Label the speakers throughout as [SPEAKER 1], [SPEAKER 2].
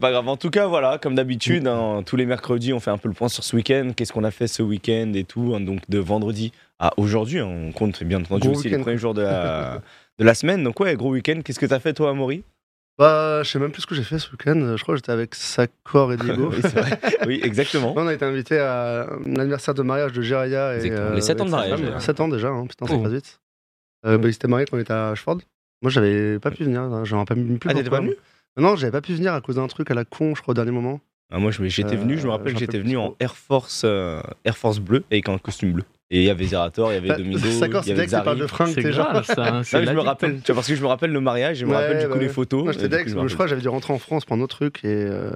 [SPEAKER 1] Pas grave. En tout cas, voilà, comme d'habitude, hein, tous les mercredis, on fait un peu le point sur ce week-end. Qu'est-ce qu'on a fait ce week-end et tout. hein, donc de vendredi à aujourd'hui, hein, on compte bien entendu
[SPEAKER 2] Gros
[SPEAKER 1] aussi les
[SPEAKER 2] week-end.
[SPEAKER 1] premiers jours de la, de la semaine. Donc ouais, gros week-end. Qu'est-ce que t'as fait toi, Amaury
[SPEAKER 2] Bah, je sais même plus ce que j'ai fait ce week-end. Je crois que j'étais avec Sakor et Diego.
[SPEAKER 1] Oui, c'est vrai. Oui, exactement.
[SPEAKER 2] On a été invité à l'anniversaire de mariage de Jiraya. Et, euh,
[SPEAKER 3] Exactement, les sept ans de mariage, d'ailleurs.
[SPEAKER 2] 7 ans déjà, hein, putain, ça
[SPEAKER 3] Oh.
[SPEAKER 2] passe vite. Euh, bah, ils s'étaient mariés quand on était à Ashford. Moi, j'avais pas pu venir. hein, J'aurais pas pu
[SPEAKER 1] Ah, t'étais pas venu
[SPEAKER 2] Non, j'avais pas pu venir à cause d'un truc à la con, je crois, au dernier moment.
[SPEAKER 1] Ah, moi, je- j'étais venu, je me
[SPEAKER 2] Euh,
[SPEAKER 1] rappelle,
[SPEAKER 2] j'en
[SPEAKER 1] j'étais
[SPEAKER 2] peux
[SPEAKER 1] venu
[SPEAKER 2] plus
[SPEAKER 1] en
[SPEAKER 2] trop.
[SPEAKER 1] Air Force, euh, Air Force bleu avec un costume bleu. Et il y avait Zerator, il y avait Domingo,
[SPEAKER 2] Bah, Sakor,
[SPEAKER 1] il y
[SPEAKER 2] c'est bien
[SPEAKER 1] avait
[SPEAKER 2] que tu parles
[SPEAKER 1] Xari.
[SPEAKER 2] de fringues, t'es
[SPEAKER 3] C'est
[SPEAKER 2] genre.
[SPEAKER 3] grave, ça. hein,
[SPEAKER 1] Ah,
[SPEAKER 3] c'est
[SPEAKER 1] mais je me
[SPEAKER 3] la vie.
[SPEAKER 1] rappelle, tu vois, parce que je me rappelle le mariage, je me
[SPEAKER 2] Ouais,
[SPEAKER 1] rappelle du coup
[SPEAKER 2] ouais.
[SPEAKER 1] les photos.
[SPEAKER 2] Moi, j'étais
[SPEAKER 1] et du coup,
[SPEAKER 2] deck,
[SPEAKER 1] je
[SPEAKER 2] je,
[SPEAKER 1] me rappelle.
[SPEAKER 2] crois que j'avais dû rentrer en France pour un autre truc. Et euh,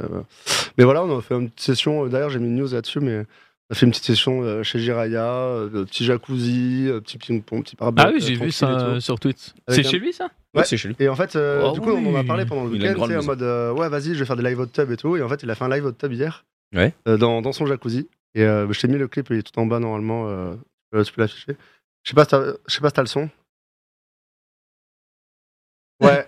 [SPEAKER 2] Mais voilà, on a fait une petite session. euh, D'ailleurs, j'ai mis une news là-dessus, mais on a fait une petite session euh, chez Jiraya, euh, petit jacuzzi, euh, petit ping-pong, petit parapluie.
[SPEAKER 3] Ah oui,
[SPEAKER 2] euh,
[SPEAKER 3] j'ai
[SPEAKER 2] tranquille et
[SPEAKER 3] vu ça
[SPEAKER 2] tout.
[SPEAKER 3] euh, sur Twitch.
[SPEAKER 2] Avec
[SPEAKER 3] C'est
[SPEAKER 2] un-
[SPEAKER 3] chez lui, ça
[SPEAKER 1] Ouais, c'est chez lui.
[SPEAKER 2] Et en fait, euh,
[SPEAKER 3] Oh
[SPEAKER 2] du coup, on en a parlé pendant le
[SPEAKER 1] oui. Il a une
[SPEAKER 2] week-end,
[SPEAKER 1] grande
[SPEAKER 2] tu sais, en
[SPEAKER 1] maison.
[SPEAKER 2] mode euh, ouais, vas-y, je vais faire des live hot tub et tout. Et en fait, il a fait un live hot tub hier
[SPEAKER 1] Ouais.
[SPEAKER 2] euh, dans, dans son jacuzzi. Et euh, je t'ai mis le clip, il est tout en bas normalement. euh, euh, tu peux l'afficher. Je sais pas si t'as- je sais pas si t'as le son. Ouais,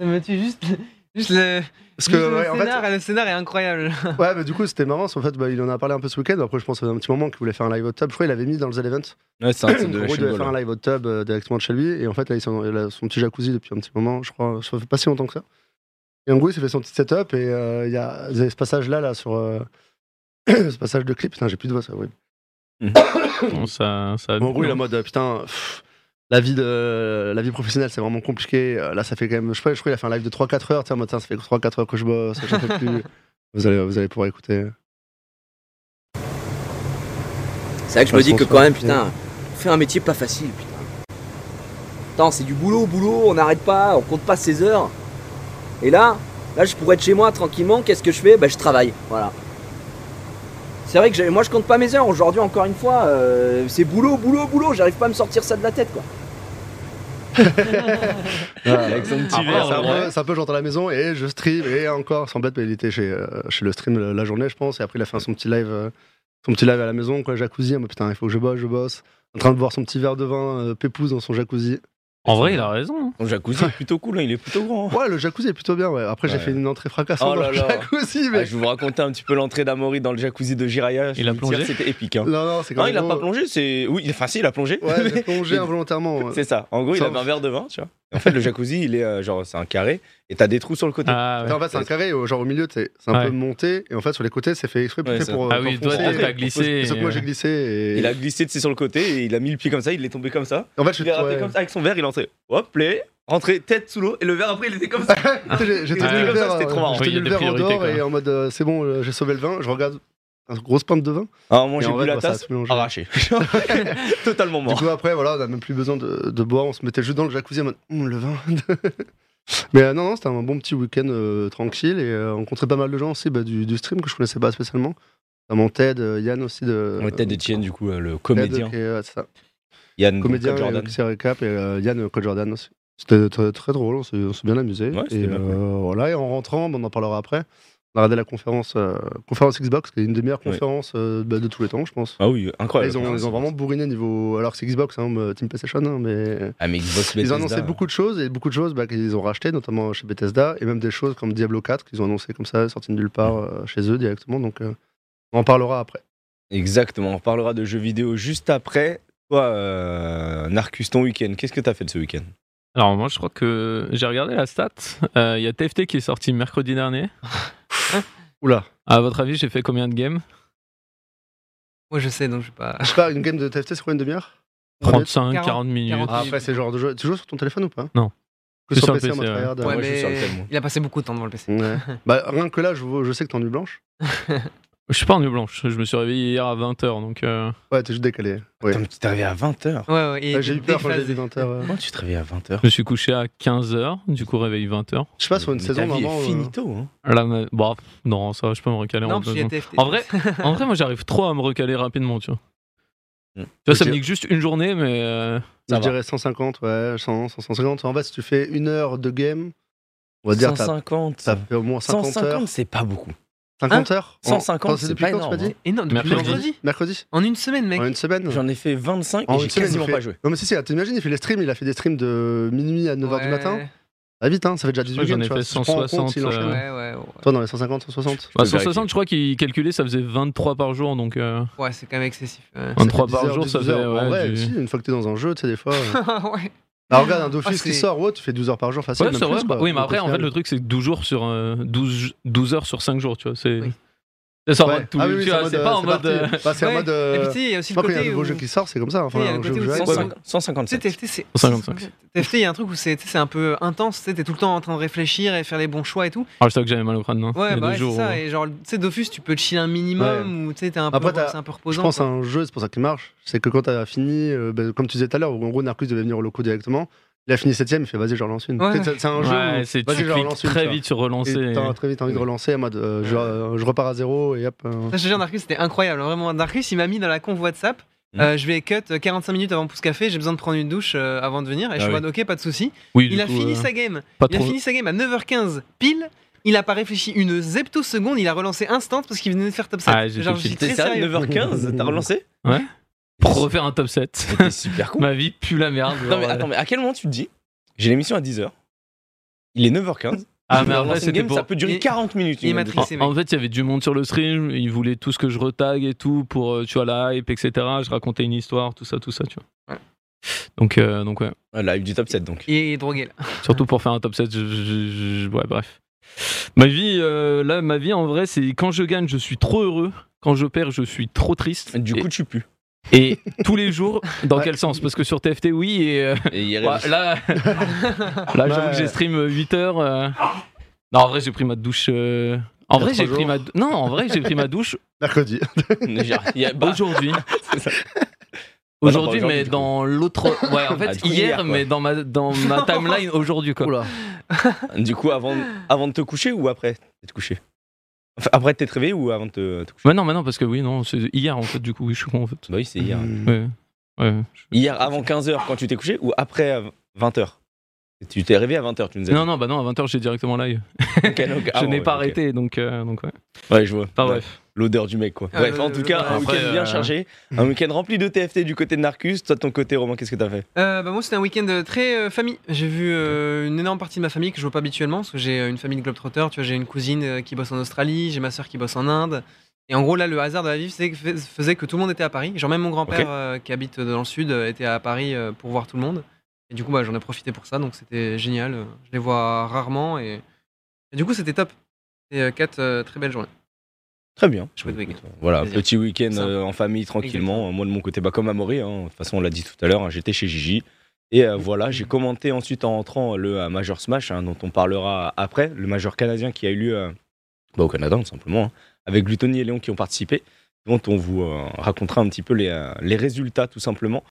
[SPEAKER 4] Ça me tue juste, juste le,
[SPEAKER 2] parce
[SPEAKER 4] juste
[SPEAKER 2] que
[SPEAKER 4] le
[SPEAKER 2] ouais, en fait,
[SPEAKER 4] scénar, le scénar est incroyable.
[SPEAKER 2] ouais, mais du coup, c'était marrant. En fait, bah, il en a parlé un peu ce week-end. Après, je pense que ça faisait un petit moment qu'il voulait faire un live hot tub. Je crois qu'il avait mis dans les event.
[SPEAKER 1] Ouais, c'est un truc de
[SPEAKER 2] En
[SPEAKER 1] la
[SPEAKER 2] gros, il
[SPEAKER 1] chaîne
[SPEAKER 2] devait faire
[SPEAKER 1] Goal.
[SPEAKER 2] un live au tub euh, directement de chez lui. Et en fait, là, il s'en- il a son petit jacuzzi depuis un petit moment, je crois. Ça fait pas si longtemps que ça. Et en gros, il s'est fait son petit setup. Et euh, il y a vous avez ce passage-là, là, sur. euh, ce passage de clip. Putain, j'ai plus de voix, ça, horrible.
[SPEAKER 3] Bon, ça, ça...
[SPEAKER 2] En gros, il est en mode, euh, putain. pff, la vie, de, la vie professionnelle, c'est vraiment compliqué. Euh, Là, ça fait quand même. Je crois, je crois qu'il a fait un live de 3-4 heures. Tu sais, en mode, ça ça fait 3-4 heures que je bosse. j'en peux plus. vous, allez, vous allez pouvoir écouter.
[SPEAKER 5] C'est vrai que je me dis que quand même, putain, on fait un métier pas facile, putain. Putain, c'est du boulot, boulot, on n'arrête pas, on compte pas ses heures. Et là, là, je pourrais être chez moi tranquillement, qu'est-ce que je fais Bah, je travaille, voilà. C'est vrai que j'ai- moi, je compte pas mes heures. Aujourd'hui, encore une fois, euh, c'est boulot, boulot, boulot, j'arrive pas à me sortir ça de la tête, quoi.
[SPEAKER 2] Voilà.
[SPEAKER 1] Avec son petit
[SPEAKER 3] Ah,
[SPEAKER 1] verre,
[SPEAKER 3] ouais,
[SPEAKER 2] C'est
[SPEAKER 1] ça
[SPEAKER 2] un,
[SPEAKER 3] ouais.
[SPEAKER 2] peu, c'est un peu j'entre à la maison et je stream et encore sans bête mais il était chez, euh, chez le stream la journée je pense et après il a fait son petit live euh, son petit live à la maison quoi jacuzzi moi putain il faut que je bosse je bosse en train de boire son petit verre de vin euh, pépouze dans son jacuzzi
[SPEAKER 3] En vrai, il a raison. hein.
[SPEAKER 1] Son jacuzzi est plutôt cool, hein, il est plutôt grand.
[SPEAKER 2] ouais le jacuzzi est plutôt bien ouais. après j'ai
[SPEAKER 1] Ouais.
[SPEAKER 2] fait une entrée fracassante
[SPEAKER 1] Oh
[SPEAKER 2] dans
[SPEAKER 1] là
[SPEAKER 2] le
[SPEAKER 1] là.
[SPEAKER 2] jacuzzi mais
[SPEAKER 1] Ah, je vais vous raconter un petit peu l'entrée d'Amaury dans le jacuzzi de Jiraya. Je
[SPEAKER 3] Il a
[SPEAKER 1] peux vous dire
[SPEAKER 3] plongé
[SPEAKER 1] que C'était épique. hein.
[SPEAKER 2] non non c'est quand
[SPEAKER 1] Non,
[SPEAKER 2] même
[SPEAKER 1] il a
[SPEAKER 2] bon.
[SPEAKER 1] pas plongé, c'est. Oui, il- enfin si, il a plongé.
[SPEAKER 2] ouais j'ai
[SPEAKER 1] mais-
[SPEAKER 2] plongé involontairement ouais.
[SPEAKER 1] C'est ça. En gros, il
[SPEAKER 2] Ça-
[SPEAKER 1] avait un verre de vin, tu vois. Et En fait, le jacuzzi, il est euh, genre, c'est un carré et t'as des trous sur le côté.
[SPEAKER 3] Ah, ouais.
[SPEAKER 2] en fait c'est un carré euh, genre au milieu t'sais, c'est un
[SPEAKER 3] Ouais.
[SPEAKER 2] peu monté et en fait sur les côtés c'est fait exprès
[SPEAKER 1] Ouais,
[SPEAKER 2] fait
[SPEAKER 1] ça-
[SPEAKER 2] pour euh,
[SPEAKER 3] Ah oui, toi,
[SPEAKER 2] t'enfoncer.
[SPEAKER 3] t'as t'as glissé. euh.
[SPEAKER 2] Sauf que moi j'ai glissé et...
[SPEAKER 1] Il a glissé tu sais, sur le côté et il a mis le pied comme ça, il est tombé comme ça.
[SPEAKER 2] en fait je
[SPEAKER 1] Je
[SPEAKER 2] suis
[SPEAKER 1] l'ai raté
[SPEAKER 2] ouais.
[SPEAKER 1] comme ça avec son verre, il est entré. Hop, play, rentré tête sous l'eau et le verre après il était comme ça.
[SPEAKER 2] Tu sais, j'ai- J'ai
[SPEAKER 3] Ah,
[SPEAKER 2] tenu le
[SPEAKER 3] comme
[SPEAKER 1] ça,
[SPEAKER 2] verre, euh,
[SPEAKER 1] c'était trop marrant.
[SPEAKER 2] j'ai
[SPEAKER 3] Oui, il y
[SPEAKER 2] tenu le
[SPEAKER 3] a des
[SPEAKER 2] verre en
[SPEAKER 3] priorités,
[SPEAKER 2] dehors
[SPEAKER 3] quoi.
[SPEAKER 2] et en mode euh, c'est bon, euh, j'ai sauvé le vin. Je regarde une grosse pinte de vin.
[SPEAKER 1] Alors Ah, moi,
[SPEAKER 2] et
[SPEAKER 1] j'ai
[SPEAKER 2] en
[SPEAKER 1] bu
[SPEAKER 2] vrai,
[SPEAKER 1] la
[SPEAKER 2] bah, ça a
[SPEAKER 1] tasse Ah,
[SPEAKER 2] tout mélangé.
[SPEAKER 1] arrachée. Totalement
[SPEAKER 2] Du
[SPEAKER 1] mort.
[SPEAKER 2] coup, après, voilà, on a même plus besoin de, de boire. On se mettait juste dans le jacuzzi en mode Hum, le vin. Mais euh, non, non, c'était un bon petit week-end euh, tranquille et euh, on rencontrait pas mal de gens aussi bah, du, du stream que je connaissais pas spécialement. Notamment Ted, euh, Yann aussi de.
[SPEAKER 1] Ouais, Ted Etienne, du coup, euh, le
[SPEAKER 2] Ted,
[SPEAKER 1] comédien.
[SPEAKER 2] qui est, ouais, c'est ça.
[SPEAKER 1] Yann,
[SPEAKER 2] Comédien,
[SPEAKER 1] Code Jordan.
[SPEAKER 2] Jordan. Récap et euh, Yann euh, Code Jordan aussi. C'était très, très drôle, on s'est on s'est bien amusé.
[SPEAKER 1] Ouais, c'était
[SPEAKER 2] et,
[SPEAKER 1] bien
[SPEAKER 2] euh, voilà, et en rentrant, bah, on en parlera après. On a regardé la conférence, euh, conférence Xbox, qui est une des meilleures
[SPEAKER 1] Ouais.
[SPEAKER 2] conférences euh, bah, de tous les temps, je pense.
[SPEAKER 1] Ah oui, incroyable.
[SPEAKER 2] ils, ont, ils ont vraiment bourriné niveau. Alors que c'est Xbox, hein, mais Team PlayStation, hein, mais.
[SPEAKER 1] Ah, mais Xbox
[SPEAKER 2] Ils ont
[SPEAKER 1] Bethesda,
[SPEAKER 2] annoncé beaucoup de choses et beaucoup de choses bah, qu'ils ont rachetées, notamment chez Bethesda, et même des choses comme Diablo 4 qu'ils ont annoncé comme ça, sorti de nulle part euh, chez eux directement. Donc euh, on en parlera après.
[SPEAKER 1] Exactement, on parlera de jeux vidéo juste après. Toi, euh, Narcus, ton week-end, qu'est-ce que t'as fait de ce week-end
[SPEAKER 3] Alors, moi, je crois que j'ai regardé la stat. Euh, Il y a TFT qui est sorti mercredi dernier.
[SPEAKER 2] Oula,
[SPEAKER 3] À votre avis, j'ai fait combien de games
[SPEAKER 4] Moi je sais, donc je vais pas.
[SPEAKER 2] je sais pas, une game de TFT, c'est combien une demi-heure
[SPEAKER 3] 35, 40,
[SPEAKER 4] 40
[SPEAKER 3] minutes.
[SPEAKER 4] minutes.
[SPEAKER 2] Ah, après, c'est le genre de jeu. Tu joues sur ton téléphone ou pas
[SPEAKER 3] Non.
[SPEAKER 2] Que
[SPEAKER 3] C'est
[SPEAKER 2] sur
[SPEAKER 3] sur le
[SPEAKER 2] PC, en
[SPEAKER 3] PC,
[SPEAKER 2] mode
[SPEAKER 3] ouais.
[SPEAKER 2] tryhard,
[SPEAKER 1] Ouais,
[SPEAKER 2] euh,
[SPEAKER 1] moi, je suis sur le thème, moi.
[SPEAKER 4] il a passé beaucoup de temps devant le PC.
[SPEAKER 2] ouais. Bah, rien que là, je, vois- je sais que t'es en nuit blanche.
[SPEAKER 3] Je suis pas en nuit blanche. Je me suis réveillé hier à 20h. Donc, euh,
[SPEAKER 2] Ouais, t'es juste décalé. Ouais.
[SPEAKER 1] Putain, mais tu te réveilles à 20h.
[SPEAKER 4] Ouais, ouais, et
[SPEAKER 2] Ouais, Ah, j'ai eu peur quand j'ai
[SPEAKER 4] déphasé.
[SPEAKER 2] dit 20 heures, ouais.
[SPEAKER 1] Comment tu te réveilles à 20h
[SPEAKER 3] je me suis couché à 15h. Du coup, réveil 20h.
[SPEAKER 2] Je sais pas, sur une saison, maman.
[SPEAKER 1] est
[SPEAKER 2] euh,
[SPEAKER 1] finito. Hein.
[SPEAKER 3] Là, ma- bon, non, ça va, je peux me recaler en
[SPEAKER 4] Non,
[SPEAKER 3] deux
[SPEAKER 4] parce qu'il y a
[SPEAKER 3] secondes.
[SPEAKER 4] TFT.
[SPEAKER 3] En vrai, en vrai, moi, j'arrive trop à me recaler rapidement, tu vois.
[SPEAKER 1] Mm.
[SPEAKER 3] Tu vois, ça
[SPEAKER 2] Ok.
[SPEAKER 3] me nique juste une journée, mais euh,
[SPEAKER 2] Je
[SPEAKER 3] ça va.
[SPEAKER 2] dirais 150, ouais, 100, 150. En fait, si tu fais une heure de game, on va dire t'as
[SPEAKER 1] 150.
[SPEAKER 2] t'as fait au moins 50 heures.
[SPEAKER 1] 150, c'est pas beaucoup.
[SPEAKER 2] 50 heures En-
[SPEAKER 1] 150,
[SPEAKER 2] quand-
[SPEAKER 1] hein c'est
[SPEAKER 2] depuis
[SPEAKER 1] pas
[SPEAKER 2] quand
[SPEAKER 1] énorme,
[SPEAKER 2] tu m'as dit
[SPEAKER 5] hein.
[SPEAKER 4] Et non, depuis
[SPEAKER 3] Mercredi.
[SPEAKER 4] vendredi.
[SPEAKER 2] Mercredi
[SPEAKER 4] En une semaine, mec.
[SPEAKER 2] En une semaine
[SPEAKER 1] J'en ai fait 25
[SPEAKER 2] En
[SPEAKER 1] et j'ai
[SPEAKER 2] une semaine, il
[SPEAKER 1] quasiment
[SPEAKER 2] fait-
[SPEAKER 1] pas joué.
[SPEAKER 2] Non, mais si, si, t'imagines, il fait les streams, il a fait des streams de minuit à 9h du
[SPEAKER 4] Ouais.
[SPEAKER 2] matin. Ah, vite, hein, ça fait déjà 18
[SPEAKER 3] crois que j'en
[SPEAKER 2] games,
[SPEAKER 3] ai
[SPEAKER 2] tu vois,
[SPEAKER 3] fait
[SPEAKER 2] si tu prends en compte,
[SPEAKER 3] 160,
[SPEAKER 2] il enchaîne.
[SPEAKER 3] euh,
[SPEAKER 4] Ouais, ouais, ouais.
[SPEAKER 2] Toi, dans les 150, 160
[SPEAKER 3] Bah,
[SPEAKER 1] Je peux
[SPEAKER 3] 160, je crois qu'il calculait, ça faisait 23 par jour, donc euh,
[SPEAKER 4] Ouais, c'est quand même excessif. ouais.
[SPEAKER 3] 23
[SPEAKER 2] 10
[SPEAKER 3] par
[SPEAKER 2] heures,
[SPEAKER 3] jour, ça
[SPEAKER 2] 12
[SPEAKER 3] fait.
[SPEAKER 2] heures. En
[SPEAKER 3] ouais,
[SPEAKER 2] vrai,
[SPEAKER 3] du-
[SPEAKER 2] si, une fois que t'es dans un jeu, tu sais, des fois. euh,
[SPEAKER 4] ouais.
[SPEAKER 2] Bah, regarde, un Dofus
[SPEAKER 4] Ah,
[SPEAKER 2] qui
[SPEAKER 4] c'est-
[SPEAKER 2] sort, ouais, tu fais 12 heures par jour facile.
[SPEAKER 3] Ouais,
[SPEAKER 2] même
[SPEAKER 3] c'est vrai.
[SPEAKER 2] plus, quoi,
[SPEAKER 3] bah-
[SPEAKER 2] euh,
[SPEAKER 3] oui, mais
[SPEAKER 2] au
[SPEAKER 3] après, en fait,
[SPEAKER 2] final.
[SPEAKER 3] le truc, c'est que 12 jours sur euh, 12, 12 heures sur 5 jours, tu vois. C'est. Ça sort
[SPEAKER 2] Ouais.
[SPEAKER 3] tout
[SPEAKER 2] Ah
[SPEAKER 3] le-
[SPEAKER 2] oui, oui,
[SPEAKER 3] tu vois,
[SPEAKER 2] en
[SPEAKER 3] c'est
[SPEAKER 2] mode,
[SPEAKER 3] pas
[SPEAKER 2] euh,
[SPEAKER 3] en mode.
[SPEAKER 2] parti.
[SPEAKER 3] euh,
[SPEAKER 2] Bah, c'est en
[SPEAKER 4] Ouais.
[SPEAKER 2] mode.
[SPEAKER 4] Et puis,
[SPEAKER 2] euh,
[SPEAKER 4] tu sais, il y a
[SPEAKER 2] Je
[SPEAKER 4] aussi
[SPEAKER 2] crois
[SPEAKER 4] le
[SPEAKER 2] qu'il y a un
[SPEAKER 4] côté.
[SPEAKER 2] nouveau
[SPEAKER 4] où-
[SPEAKER 2] jeu qui sort, c'est comme ça. Enfin,
[SPEAKER 4] Oui, il y a
[SPEAKER 2] un
[SPEAKER 4] le
[SPEAKER 2] jeu
[SPEAKER 4] côté
[SPEAKER 2] que
[SPEAKER 4] où
[SPEAKER 2] je
[SPEAKER 4] tu
[SPEAKER 2] reste.
[SPEAKER 4] sens-
[SPEAKER 2] Ouais.
[SPEAKER 4] Tu
[SPEAKER 1] 157.
[SPEAKER 4] sais, TFT, c'est.
[SPEAKER 3] 155.
[SPEAKER 4] TFT, il y a un truc où c'est tu sais, c'est un peu intense, tu sais, t'es tout le temps en train de réfléchir et faire les bons choix et tout.
[SPEAKER 3] Ah, je sais que j'avais mal au crâne, non Il y
[SPEAKER 4] Ouais,
[SPEAKER 3] a
[SPEAKER 4] bah
[SPEAKER 3] des
[SPEAKER 4] ouais,
[SPEAKER 3] jours
[SPEAKER 4] c'est
[SPEAKER 3] où-
[SPEAKER 4] ça. Et genre, tu sais, Dofus, tu peux te chiller un minimum ou tu sais, t'es un peu.
[SPEAKER 2] Après, t'as-
[SPEAKER 4] C'est un peu
[SPEAKER 2] Je
[SPEAKER 4] reposant.
[SPEAKER 2] pense à
[SPEAKER 4] quoi.
[SPEAKER 2] un jeu, c'est pour ça qu'il marche. C'est que quand t'as fini, euh, bah, comme tu disais tout à l'heure, où en gros Narcus devait venir au loco directement, il a fini 7 il fait vas-y, je relance une.
[SPEAKER 4] Ouais.
[SPEAKER 2] Tu sais, C'est c'est un jeu.
[SPEAKER 3] Ouais,
[SPEAKER 2] où-
[SPEAKER 3] c'est
[SPEAKER 2] vas-y,
[SPEAKER 3] tu
[SPEAKER 2] je
[SPEAKER 3] cliques
[SPEAKER 2] relance une,
[SPEAKER 3] très
[SPEAKER 2] tu
[SPEAKER 3] vite sur
[SPEAKER 2] vois. Et
[SPEAKER 3] relancer.
[SPEAKER 2] T'as très vite envie de relancer en mode euh, je, euh, je repars à zéro et hop. euh,
[SPEAKER 4] Ça, je te jure, Narcus, c'était incroyable. Vraiment, Narcus, il m'a mis dans la convoi de sap.
[SPEAKER 1] Mm.
[SPEAKER 4] Euh, je vais cut euh, 45 minutes avant Pouce Café, j'ai besoin de prendre une douche euh, avant de venir. Et je suis
[SPEAKER 1] Ah
[SPEAKER 4] en mode, ok, pas de souci.
[SPEAKER 3] Oui,
[SPEAKER 4] Il
[SPEAKER 3] du
[SPEAKER 4] a
[SPEAKER 3] coup,
[SPEAKER 4] fini
[SPEAKER 3] euh,
[SPEAKER 4] sa game.
[SPEAKER 3] Pas
[SPEAKER 4] Il a
[SPEAKER 3] trop.
[SPEAKER 4] fini sa game à 9h15 pile. Il a pas réfléchi une zeptoseconde. Il a relancé instant parce qu'il venait de faire top 7.
[SPEAKER 3] Ah, j'ai
[SPEAKER 4] Genre,
[SPEAKER 3] tout
[SPEAKER 4] je suis
[SPEAKER 3] filtré.
[SPEAKER 4] très
[SPEAKER 1] T'es sérieux,
[SPEAKER 4] sérieux.
[SPEAKER 1] 9h15 T'as relancé
[SPEAKER 3] Pour refaire un top 7.
[SPEAKER 1] T'es super con.
[SPEAKER 3] Ma vie pue la merde.
[SPEAKER 1] Non mais
[SPEAKER 3] genre,
[SPEAKER 1] attends, mais à quel moment tu te dis J'ai l'émission à 10h, il est 9h15.
[SPEAKER 3] Ah, mais
[SPEAKER 1] je
[SPEAKER 3] en
[SPEAKER 1] relance
[SPEAKER 3] vrai,
[SPEAKER 1] une
[SPEAKER 3] c'était
[SPEAKER 1] game,
[SPEAKER 3] pour-
[SPEAKER 1] Ça peut durer
[SPEAKER 4] il-
[SPEAKER 1] 40 minutes.
[SPEAKER 4] il
[SPEAKER 1] une
[SPEAKER 4] m'a
[SPEAKER 1] game de
[SPEAKER 4] trié.
[SPEAKER 1] temps.
[SPEAKER 4] ces
[SPEAKER 3] En, en fait, il y avait du monde sur le stream, ils voulaient tout ce que je retag et tout pour, euh, tu vois, la hype, etc. Je racontais une histoire, tout ça, tout ça, tu vois.
[SPEAKER 4] Ouais.
[SPEAKER 3] Donc, euh, donc ouais.
[SPEAKER 1] Ouais, Live du top 7 donc.
[SPEAKER 4] Et il est drogué là.
[SPEAKER 3] Surtout pour faire un top 7, je, je- je- ouais, bref. Ma vie, euh, là, ma vie, en vrai, c'est quand je gagne, je suis trop heureux. Quand je perds, je suis trop triste.
[SPEAKER 1] Du
[SPEAKER 3] Et-
[SPEAKER 1] coup, tu pues.
[SPEAKER 3] Et tous les jours, dans
[SPEAKER 2] Ouais.
[SPEAKER 3] quel sens Parce que sur TFT, oui, et euh,
[SPEAKER 1] Et il
[SPEAKER 3] ouais, là, là j'avoue
[SPEAKER 2] Ouais.
[SPEAKER 3] que j'ai stream 8 heures. euh. Non, en vrai, j'ai pris ma douche. euh, En
[SPEAKER 2] Il y a trois
[SPEAKER 3] vrai, j'ai pris
[SPEAKER 2] jours.
[SPEAKER 3] ma dou- non, en vrai, j'ai pris ma douche
[SPEAKER 2] Mercredi.
[SPEAKER 3] aujourd'hui.
[SPEAKER 1] ça.
[SPEAKER 3] Bah, Aujourd'hui,
[SPEAKER 1] aujourd'hui,
[SPEAKER 3] mais
[SPEAKER 1] du coup.
[SPEAKER 3] dans l'autre. Ouais, en
[SPEAKER 1] Ah,
[SPEAKER 3] fait,
[SPEAKER 1] du coup, hier,
[SPEAKER 3] hier,
[SPEAKER 1] quoi.
[SPEAKER 3] mais dans ma, dans ma timeline aujourd'hui, quoi.
[SPEAKER 2] Oula.
[SPEAKER 1] Du coup, avant, avant de te coucher ou après de te coucher Enfin, Après de t'être réveillé ou avant de te, te coucher
[SPEAKER 3] Mais non, mais non, parce que oui, non, c'est hier, en fait, du coup, oui, je suis con, en fait.
[SPEAKER 1] Bah oui, c'est hier.
[SPEAKER 2] Hmm.
[SPEAKER 3] Ouais. ouais.
[SPEAKER 1] Hier avant 15h quand tu t'es couché ou après 20h Tu t'es réveillé à 20h, tu nous as
[SPEAKER 3] Non, non, bah non, à 20h, j'ai directement live.
[SPEAKER 1] dit. Ok, donc
[SPEAKER 3] je
[SPEAKER 1] avant,
[SPEAKER 3] n'ai
[SPEAKER 1] ouais,
[SPEAKER 3] pas
[SPEAKER 1] ok.
[SPEAKER 3] arrêté, donc, euh, donc Ah ouais.
[SPEAKER 1] Ouais, je vois.
[SPEAKER 3] Enfin,
[SPEAKER 1] Ouais.
[SPEAKER 3] bref.
[SPEAKER 1] L'odeur du mec, quoi.
[SPEAKER 4] Ah,
[SPEAKER 1] Bref,
[SPEAKER 4] le-
[SPEAKER 1] en tout
[SPEAKER 4] le-
[SPEAKER 1] cas, un
[SPEAKER 3] après,
[SPEAKER 1] week-end bien
[SPEAKER 3] euh,
[SPEAKER 1] chargé, un week-end rempli de TFT du côté de Narcus. Toi, de ton côté, Romain, qu'est-ce que t'as fait
[SPEAKER 4] Euh, bah moi c'était un week-end euh, très euh, famille. J'ai vu euh, une énorme partie de ma famille que je vois pas habituellement parce que j'ai euh, une famille de globetrotters. Tu vois, j'ai une cousine euh, qui bosse en Australie, j'ai ma soeur qui bosse en Inde. Et en gros là le hasard de la vie faisait que, fais- faisait que tout le monde était à Paris. Genre même mon grand-père
[SPEAKER 1] Ok.
[SPEAKER 4] euh, qui habite dans le sud euh, était à Paris euh, pour voir tout le monde. Et du coup bah j'en ai profité pour ça donc c'était génial. Euh, Je les vois rarement et, et du coup c'était top. Et euh, quatre euh, très belles journées.
[SPEAKER 1] Très bien.
[SPEAKER 4] Chouette week-end.
[SPEAKER 1] Voilà,
[SPEAKER 4] Plaisir.
[SPEAKER 1] petit week-end
[SPEAKER 4] Ça.
[SPEAKER 1] euh, en famille tranquillement.
[SPEAKER 4] Exactement.
[SPEAKER 1] Moi de mon côté, bah, comme Amaury, hein. de toute façon on l'a dit tout à l'heure, hein, j'étais chez Gigi. Et euh, voilà, j'ai commenté ensuite en rentrant le euh, Major Smash, hein, dont on parlera après, le Major canadien qui a eu lieu euh, bah, au Canada, tout simplement, hein, avec Gluttony et Léon qui ont participé, dont on vous euh, racontera un petit peu les, euh, les résultats, tout simplement.